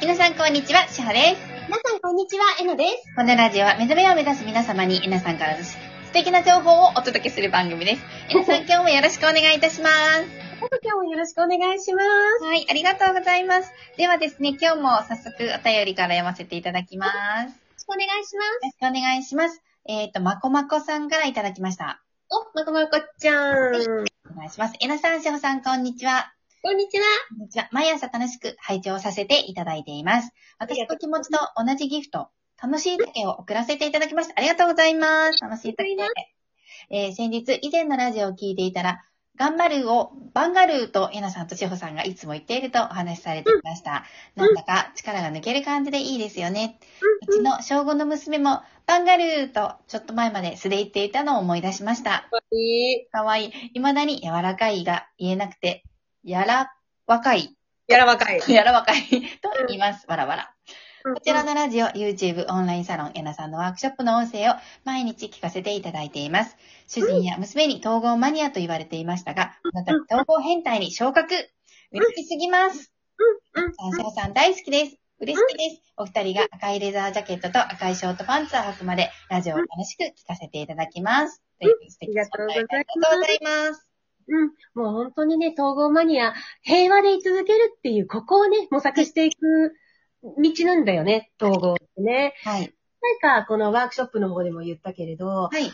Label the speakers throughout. Speaker 1: 皆さんこんにちは、しほです。
Speaker 2: 皆さん、こんにちは。えのです。
Speaker 1: このラジオは目覚めを目指す皆様に、えなさんからの素敵な情報をお届けする番組です。えなさん今日もよろしくお願いいたします。
Speaker 2: 今日もよろしくお願いします。
Speaker 1: はい、ありがとうございます。ではですね、今日も早速お便りから読ませていただきます。
Speaker 2: よろしくお願いします。
Speaker 1: よろしくお願いします。えっ、と、まこまこさんからいただきました。
Speaker 2: お、まこまこちゃん。
Speaker 1: お願いします。えなさん、しほさん、こんにちは。
Speaker 2: こんにちは。
Speaker 1: こんにちは。毎朝楽しく拝聴させていただいています。私の気持ちと同じギフト、楽しい竹を送らせていただきました。ありがとうございます。楽しい竹。えー先日、以前のラジオを聞いていたら、頑張るを、バンガルーとえなさんとしほさんがいつも言っているとお話しされていました。
Speaker 2: うん
Speaker 1: なんだか力が抜ける感じでいいですよね。うちの小5の娘も、バンガルーとちょっと前まで素で言っていたのを思い出しました。
Speaker 2: い
Speaker 1: かわいい。未だに柔らかいが言えなくて、やら、若い
Speaker 2: やらわかい。こ
Speaker 1: やらわかいと言います。わらわら。こち
Speaker 2: ち
Speaker 1: ら
Speaker 2: らの。
Speaker 1: のラジオ、YouTube、オンラインサロン、エナさんのワークショップの音声を毎日聞かせていただいています。主人や娘に統合マニアと言われていましたが、また統合変態に昇格。嬉しすぎます。
Speaker 2: うん。
Speaker 1: サンシャさん大好きです。嬉しいです。お二人が赤いレザージャケットと赤いショートパンツを履くまで、ラジオを楽しく聞かせていただきます。という素
Speaker 2: あ
Speaker 1: 敵
Speaker 2: り
Speaker 1: な
Speaker 2: が
Speaker 1: お
Speaker 2: とうご
Speaker 1: 便
Speaker 2: ざい
Speaker 1: りあり
Speaker 2: ま
Speaker 1: がとう
Speaker 2: す
Speaker 1: ございます。
Speaker 2: うん。もう本当にね、統合マニア、平和で居続けるっていう、ここをね、模索していく道なんだよね、統合ってね。
Speaker 1: はい。
Speaker 2: なんか、このワークショップの方でも言ったけれど、
Speaker 1: はい。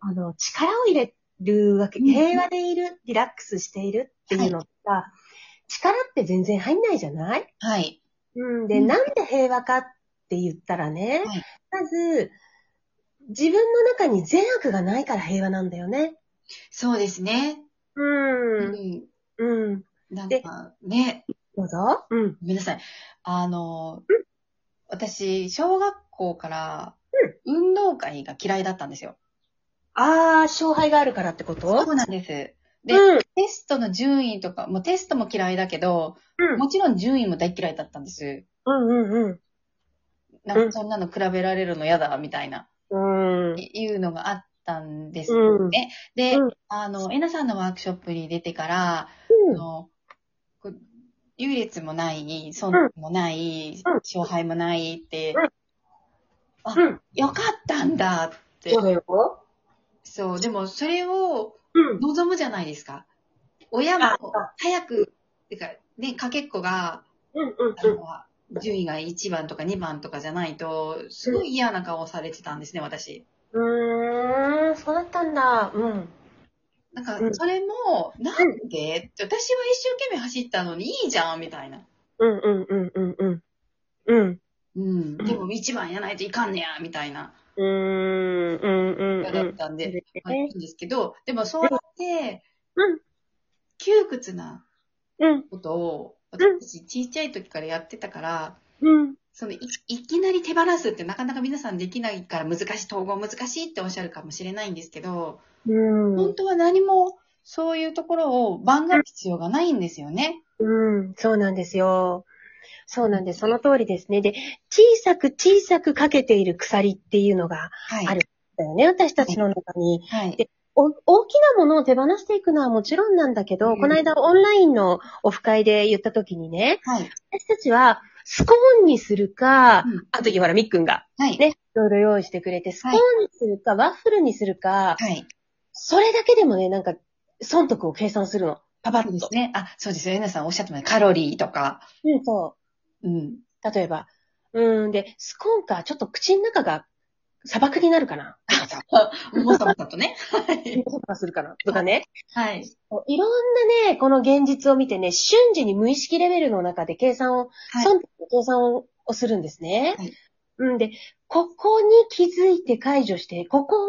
Speaker 2: あの、力を入れるわけ、
Speaker 1: うん
Speaker 2: 平和でいる、リラックスしているっていうのが、力って全然入んないじゃない
Speaker 1: はい。
Speaker 2: うん、
Speaker 1: う
Speaker 2: で、
Speaker 1: ん
Speaker 2: なんで平和かって言ったらね、
Speaker 1: はい
Speaker 2: まず、自分の中に善悪がないから平和なんだよね。
Speaker 1: そうですね。
Speaker 2: う。
Speaker 1: うんん。
Speaker 2: うん。
Speaker 1: なん
Speaker 2: で
Speaker 1: か、ね。
Speaker 2: どうぞ。うん。
Speaker 1: ごめんなさい。あの、私、小学校から、運動会が嫌いだったんですよ。
Speaker 2: あー、勝敗があるからってこと
Speaker 1: そうなんです。テ
Speaker 2: でうん。
Speaker 1: ストの順位とか、もうテストも嫌いだけど、もちろん順位も大嫌いだったんです。
Speaker 2: うん。うん。
Speaker 1: なん
Speaker 2: う
Speaker 1: か
Speaker 2: ん
Speaker 1: そんなの比べられるの嫌だ、みたいな、
Speaker 2: うん。うん。
Speaker 1: いうのがあったんですよね。で
Speaker 2: うん、
Speaker 1: あの、えなさんのワークショップに出てから、あの、こう優劣もない、損もない、
Speaker 2: うん
Speaker 1: 勝敗もないって、
Speaker 2: うん。
Speaker 1: よかったんだって
Speaker 2: そうだよ。
Speaker 1: そう、でもそれを
Speaker 2: うん。
Speaker 1: 望むじゃないですか。親
Speaker 2: あ
Speaker 1: も早く、てか、ね、かけっこが、
Speaker 2: うん。うん。
Speaker 1: あの、順位が1番とか2番とかじゃないと、すごい嫌な顔をされてたんですね、私。
Speaker 2: うん。うーん。そうだったんだ。うん。
Speaker 1: なんか
Speaker 2: う、ん
Speaker 1: それも、なんでって私は一生懸命走ったのにいいじゃん、みたいな。
Speaker 2: うん。うん。うん。うん。うん。うん。
Speaker 1: うん。でも1番やないといかんねや、みたいな、
Speaker 2: うーん。うん。うん。
Speaker 1: だったんで、まあい
Speaker 2: ね
Speaker 1: いんですけど、でもそうやって
Speaker 2: うん、
Speaker 1: 窮屈な
Speaker 2: うん。
Speaker 1: ことを、
Speaker 2: うん
Speaker 1: 私、ちっちゃい時からやってたから、
Speaker 2: うん。
Speaker 1: そのいいきなり手放すってなかなか皆さんできないから難しい、統合難しいっておっしゃるかもしれないんですけど、
Speaker 2: うん。
Speaker 1: 本当は何もそういうところを番がる必要がないんですよね。
Speaker 2: うん、そうなんですよ。そうなんです。その通りですね。で、小さく小さくかけている鎖っていうのが、
Speaker 1: はい。
Speaker 2: あるだよね、私たちの中に。
Speaker 1: はい。
Speaker 2: でお大きなものを手放していくのはもちろんなんだけど、
Speaker 1: うん
Speaker 2: この間オンラインのオフ会で言った時にね、
Speaker 1: はい。
Speaker 2: 私たちはスコーンにするか、
Speaker 1: うん
Speaker 2: あの時ほら、みっくんが
Speaker 1: はい。
Speaker 2: ね、いろいろ用意してくれて、スコーンにするか、ワッフルにするか、
Speaker 1: はい。
Speaker 2: それだけでもね、なんか、損得を計算するの。パパ
Speaker 1: そう
Speaker 2: ッ
Speaker 1: です
Speaker 2: と。
Speaker 1: ね。あ、そうですよ。えなさんおっしゃってました。カロリーとか。
Speaker 2: うん、そう。
Speaker 1: うん。
Speaker 2: 例えば、うーん、で、スコーンか、ちょっと口の中が砂漠になるかなとかさ、
Speaker 1: もさもさとね。はい。
Speaker 2: とかするかなとかね。
Speaker 1: はい。
Speaker 2: いろんなね、この現実を見てね、瞬時に無意識レベルの中で計算を、
Speaker 1: はい。
Speaker 2: 損得の計算をするんですね。
Speaker 1: はい
Speaker 2: うんで、ここに気づいて解除して、ここを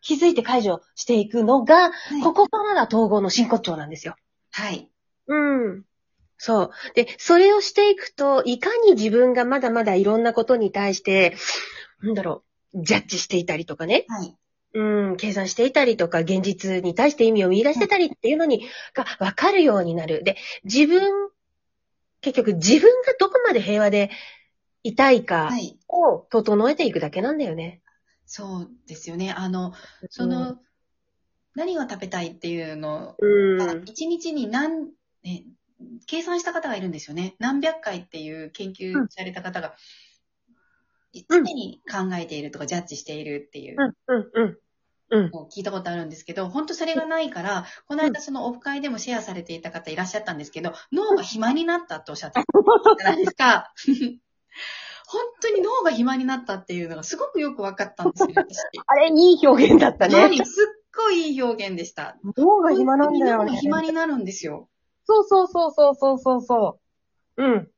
Speaker 2: 気づいて解除していくのが、ここからが統合の真骨頂なんですよ。
Speaker 1: はい。
Speaker 2: うん。そう。で、それをしていくと、いかに自分がまだまだいろんなことに対して、なんだろう、ジャッジしていたりとかね、
Speaker 1: はい。
Speaker 2: うん、計算していたりとか、現実に対して意味を見出してたりっていうのに、がわかるようになる。で、自分、結局自分がどこまで平和でいたいか
Speaker 1: はい。
Speaker 2: を整えていくだけなんだよね。
Speaker 1: そうですよね。あの、その、何が食べたいっていうの
Speaker 2: うん、
Speaker 1: あ一日に何、ね、計算した方がいるんですよね。何百回っていう研究
Speaker 2: うん
Speaker 1: された方が、い
Speaker 2: うん
Speaker 1: 常に考えているとか、ジャッジしているっていう
Speaker 2: うん、うん、うん。うん。
Speaker 1: のを聞いたことあるんですけど、本当それがないから、この間そのオフ会でもシェアされていた方いらっしゃったんですけど、脳が暇になったっておっしゃってたじゃないですか。 本当に脳が暇になったっていうのがすごくよく分かったんですよ、私。
Speaker 2: あれ、いい表現だった
Speaker 1: 脳
Speaker 2: ね。
Speaker 1: にすっごいいい表現でした。
Speaker 2: 脳が暇なんだよ
Speaker 1: 本当に脳が
Speaker 2: ね。
Speaker 1: 暇になるんですよ。
Speaker 2: そうそうそうそうそうそうそう。うん。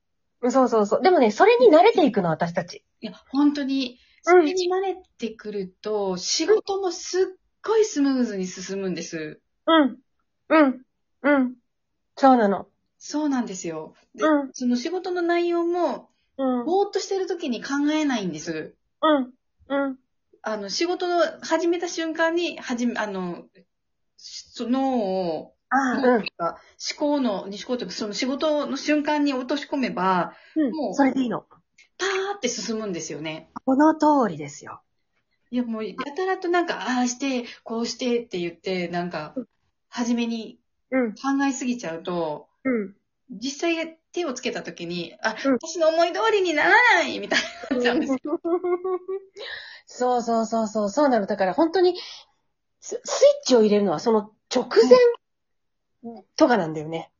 Speaker 2: そうそうそう。でもね、それに慣れていくの、私たち。
Speaker 1: いや、本当に、
Speaker 2: う
Speaker 1: そ
Speaker 2: ん
Speaker 1: れに慣れてくると、仕事もすっごいスムーズに進むんです。
Speaker 2: うん。うん。うん。そうなの。
Speaker 1: そうなんですよ。で、
Speaker 2: うん。
Speaker 1: その仕事の内容も、
Speaker 2: うん。
Speaker 1: ぼーっとしてる時に考えないんです。
Speaker 2: うん。うん。
Speaker 1: あの、仕事の始めた瞬間に、はじめ、あの、そ脳を、
Speaker 2: ああ、うん。
Speaker 1: 思考の、思考というか、その仕事の瞬間に落とし込めば、
Speaker 2: うん。それでいいの。
Speaker 1: パーって進むんですよね。
Speaker 2: この通りですよ。
Speaker 1: いや、もう、やたらとなんか、ああして、こうしてって言って、なんか、初めに
Speaker 2: うん。
Speaker 1: 考えすぎちゃうと、
Speaker 2: うん。
Speaker 1: 実際手をつけたときに、あ、
Speaker 2: うん
Speaker 1: 私の思い通りにならないみたいになっちゃうんです。
Speaker 2: そうそうそうそう、そうなの。だから本当に、ススイッチを入れるのはその直前とかなんだよね。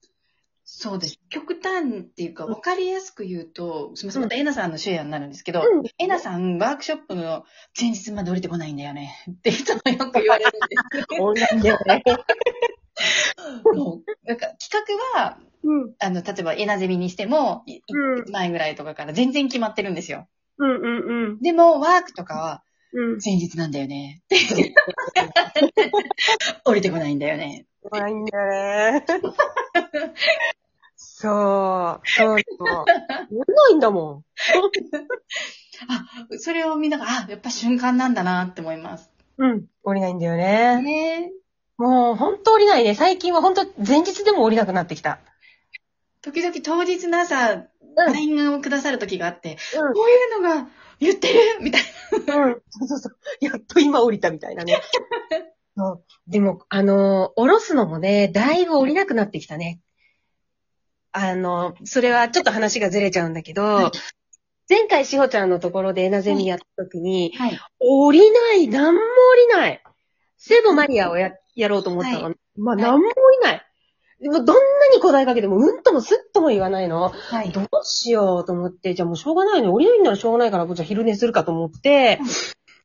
Speaker 1: そうです。極端っていうか、わかりやすく言うと、すみません、
Speaker 2: うん
Speaker 1: またエナさんのシェアになるんですけど、
Speaker 2: うん
Speaker 1: エナさん、ワークショップの前日まで降りてこないんだよね。っていつもよく言われるんですけど、
Speaker 2: 同じだよね。
Speaker 1: もうなんか企画は、
Speaker 2: うん。
Speaker 1: あの、例えばエナゼミにしても、1
Speaker 2: うん。
Speaker 1: 年前ぐらいとかから全然決まってるんですよ。
Speaker 2: うんうんうん。
Speaker 1: でも、ワークとかは、
Speaker 2: うん。
Speaker 1: 前日なんだよね。 降りてこないんだよね。
Speaker 2: 怖いんだね。そう、そうそう。ないんだも
Speaker 1: それを見ながら、あ、やっぱ瞬間なんだなって思います。
Speaker 2: ん。うん。降りないんだよね。
Speaker 1: ねえ
Speaker 2: もう、ほんと降りないね。最近はほんと前日でも降りなくなってきた。
Speaker 1: 時々当日の朝、
Speaker 2: うん
Speaker 1: LINE をくださる時があって、
Speaker 2: うん。
Speaker 1: こういうのが言ってるみたい
Speaker 2: うん。そうそうそう。やっと今降りたみたいなね。そうでも、あのー、降ろすのもね、だいぶ降りなくなってきたね。あのー、それはちょっと話がずれちゃうんだけ
Speaker 1: はい
Speaker 2: ど、前回しほちゃんのところでエナゼミやった時に、
Speaker 1: な。はい。
Speaker 2: 降りない、なんも降りない。セブマリアをや、やろうと思ったの。
Speaker 1: は
Speaker 2: まあ、
Speaker 1: はい
Speaker 2: なんも降りない。でもどんなに答えかけても、うんともすっとも言わないの。
Speaker 1: はい。
Speaker 2: どうしようと思って、じゃあもうしょうがないね。降りないんならしょうがないから、じゃあ昼寝するかと思って
Speaker 1: うん、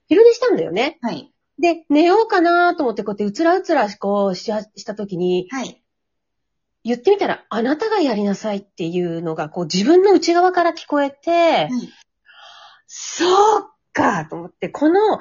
Speaker 2: 昼寝したんだよね。
Speaker 1: はい。
Speaker 2: で、寝ようかなと思って、こうやってうつらうつらこうしはした時に、
Speaker 1: はい。
Speaker 2: 言ってみたら、あなたがやりなさいっていうのが、こう自分の内側から聞こえて、そうかと思って、この、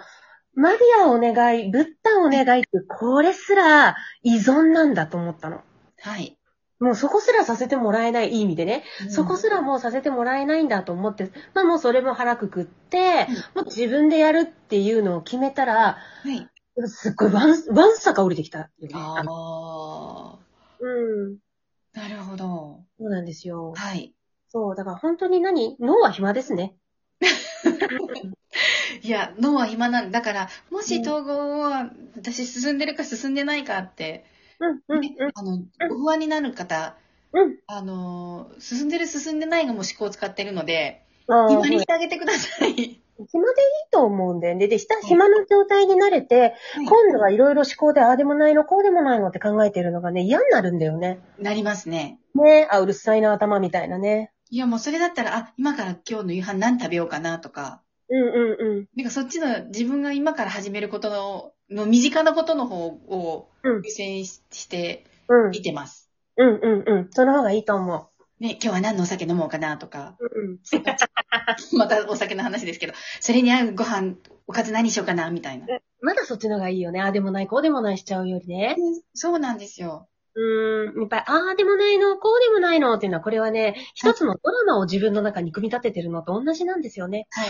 Speaker 2: マリアお願い、ブッダお願いって、これすら依存なんだと思ったの。
Speaker 1: はい。
Speaker 2: もうそこすらさせてもらえない、いい意味でね。そこすらもうさせてもらえないんだと思って、まあもうそれも腹くくって、もう自分でやるっていうのを決めたら、
Speaker 1: うん。はい。
Speaker 2: すっごいわん、わんさか降りてきたよね。
Speaker 1: ああ。
Speaker 2: うん。
Speaker 1: なるほど。
Speaker 2: そうなんですよ。
Speaker 1: はい。
Speaker 2: そう、だから本当に何脳は暇ですね。
Speaker 1: いや、脳は暇なんだから、もし統合は、私進んでるか進んでないかって、
Speaker 2: うん、うん、
Speaker 1: ねあの、ご不安になる方、
Speaker 2: うん。
Speaker 1: あの、進んでる進んでないがもう思考を使ってるので、
Speaker 2: ああ
Speaker 1: 暇にしてあげてください。
Speaker 2: 暇でいいと思うんだよね。で、した暇の状態に慣れて、
Speaker 1: はい
Speaker 2: 今度はいろいろ思考で、ああでもないの、こうでもないのって考えてるのがね、嫌になるんだよね。
Speaker 1: なりますね。
Speaker 2: ねあ、うるさいな頭みたいなね。
Speaker 1: いや、もうそれだったら、あ、今から今日の夕飯何食べようかなとか、
Speaker 2: うんうんうん。
Speaker 1: なんかそっちの自分が今から始めることの、の身近なことの方を
Speaker 2: うん
Speaker 1: 優先しして
Speaker 2: うん。
Speaker 1: 見てます。
Speaker 2: うんうんうん。その方がいいと思
Speaker 1: ね、今日は何のお酒飲もうかなとか、
Speaker 2: う。うん。
Speaker 1: そこまたお酒の話ですけど、それに合うご飯、おかず何しようかなみたいな。
Speaker 2: まだそっちの方がいいよね。ああでもない、こうでもないしちゃうよりね。
Speaker 1: そうなんですよ。
Speaker 2: うーん。いっぱい、ああでもないの、こうでもないのっていうのは、これはね、一つのドラマを自分の中に組み立ててるのと同じなんですよね。
Speaker 1: はい。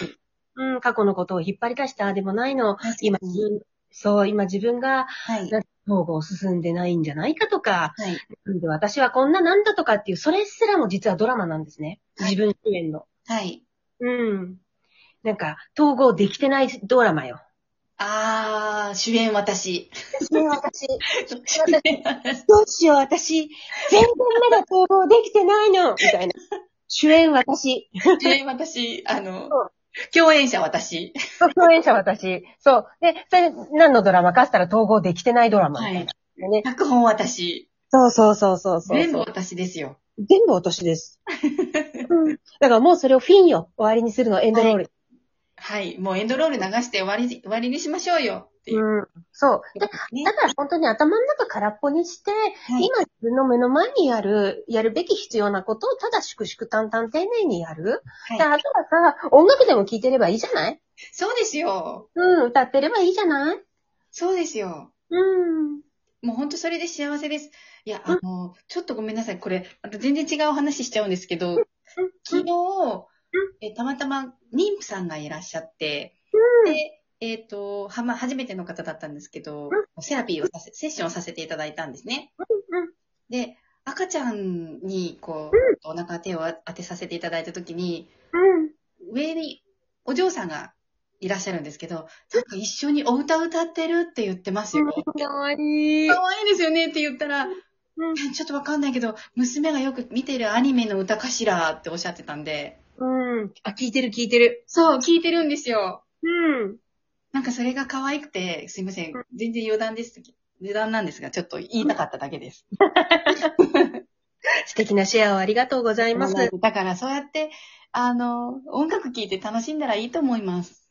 Speaker 2: うん、過去のことを引っ張り出したああでもないの、今、自分そう、今自分が
Speaker 1: はい。
Speaker 2: なん統合進んでないんじゃないかとか、
Speaker 1: はい。
Speaker 2: で私はこんななんだとかっていう、それすらも実はドラマなんですね。
Speaker 1: はい
Speaker 2: 自分主演の。
Speaker 1: はい。
Speaker 2: うん。なんか、統合できてないドラマよ。
Speaker 1: あー、主演 私。
Speaker 2: ね、私。
Speaker 1: 主演私。
Speaker 2: どうしよう、私。全然まだ統合できてないの。みたいな。主演私。
Speaker 1: 主演私、あの
Speaker 2: そう、
Speaker 1: 共演者私。
Speaker 2: 共演者私。そう。で、それ何のドラマかしたら統合できてないドラマみ
Speaker 1: は
Speaker 2: たい
Speaker 1: い。
Speaker 2: なね。
Speaker 1: 脚本私。
Speaker 2: そうそうそうそうそう。
Speaker 1: 全部私ですよ。
Speaker 2: 全部私 です。うん。だからもうそれをフィンよ。終わりにするの、エンドロール。
Speaker 1: はい。もうエンドロール流して終わり、終わりにしましょうよ。っていう。
Speaker 2: うん。そう。で、
Speaker 1: ね
Speaker 2: だから本当に頭の中空っぽにして、
Speaker 1: い
Speaker 2: 今自分の目の前にやる、やるべき必要なことをただ粛々淡々丁寧にやる。
Speaker 1: はい
Speaker 2: であとはさ、音楽でも聴いてればいいじゃない
Speaker 1: そうですよ。
Speaker 2: うん、歌ってればいいじゃない
Speaker 1: そうですよ。
Speaker 2: うん。
Speaker 1: もうほんとそれで幸せです。いや、あの、ちょっとごめんなさい。これ、また全然違う話しちゃうんですけど、昨日、えたまたま妊婦さんがいらっしゃって、で、えっ、と、はま、初めての方だったんですけど、セラピーをさせ、セッションをさせていただいたんですね。で、赤ちゃんに、こう、お腹手を当てさせていただいたときに、
Speaker 2: うん。
Speaker 1: 上にお嬢さんがいらっしゃるんですけど、なんか一緒にお歌歌ってるって言ってますよ。
Speaker 2: かわいい。
Speaker 1: 可愛いですよねって言ったら、
Speaker 2: うん
Speaker 1: ちょっとわかんないけど、娘がよく見てるアニメの歌かしらっておっしゃってたんで、
Speaker 2: うん。あ、聴いてる聴いてる。
Speaker 1: そう、聞いてるんですよ。
Speaker 2: うん。
Speaker 1: なんかそれが可愛くて、すいません
Speaker 2: うん。
Speaker 1: 全然余談です。余談なんですが、ちょっと言いたかっただけです。
Speaker 2: 素敵なシェアをありがとうございます。
Speaker 1: だからそうやって、あの、音楽聴いて楽しんだらいいと思います。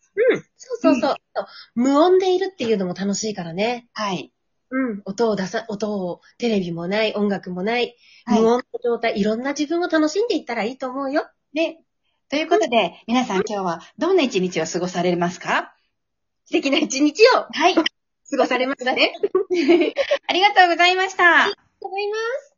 Speaker 2: そうそうそう。無音でいるっていうのも楽しいからね。
Speaker 1: はい。
Speaker 2: うん。音を出さ、音を、テレビもない、音楽もない、
Speaker 1: はい
Speaker 2: 無音の状態、いろんな自分を楽しんでいったらいいと思うよ。
Speaker 1: で、ということで、皆さん今日はどんな一日を過ごされますか
Speaker 2: 素敵な一日を
Speaker 1: はい。
Speaker 2: 過ごされましたね。
Speaker 1: ありがとうございました。
Speaker 2: 思います。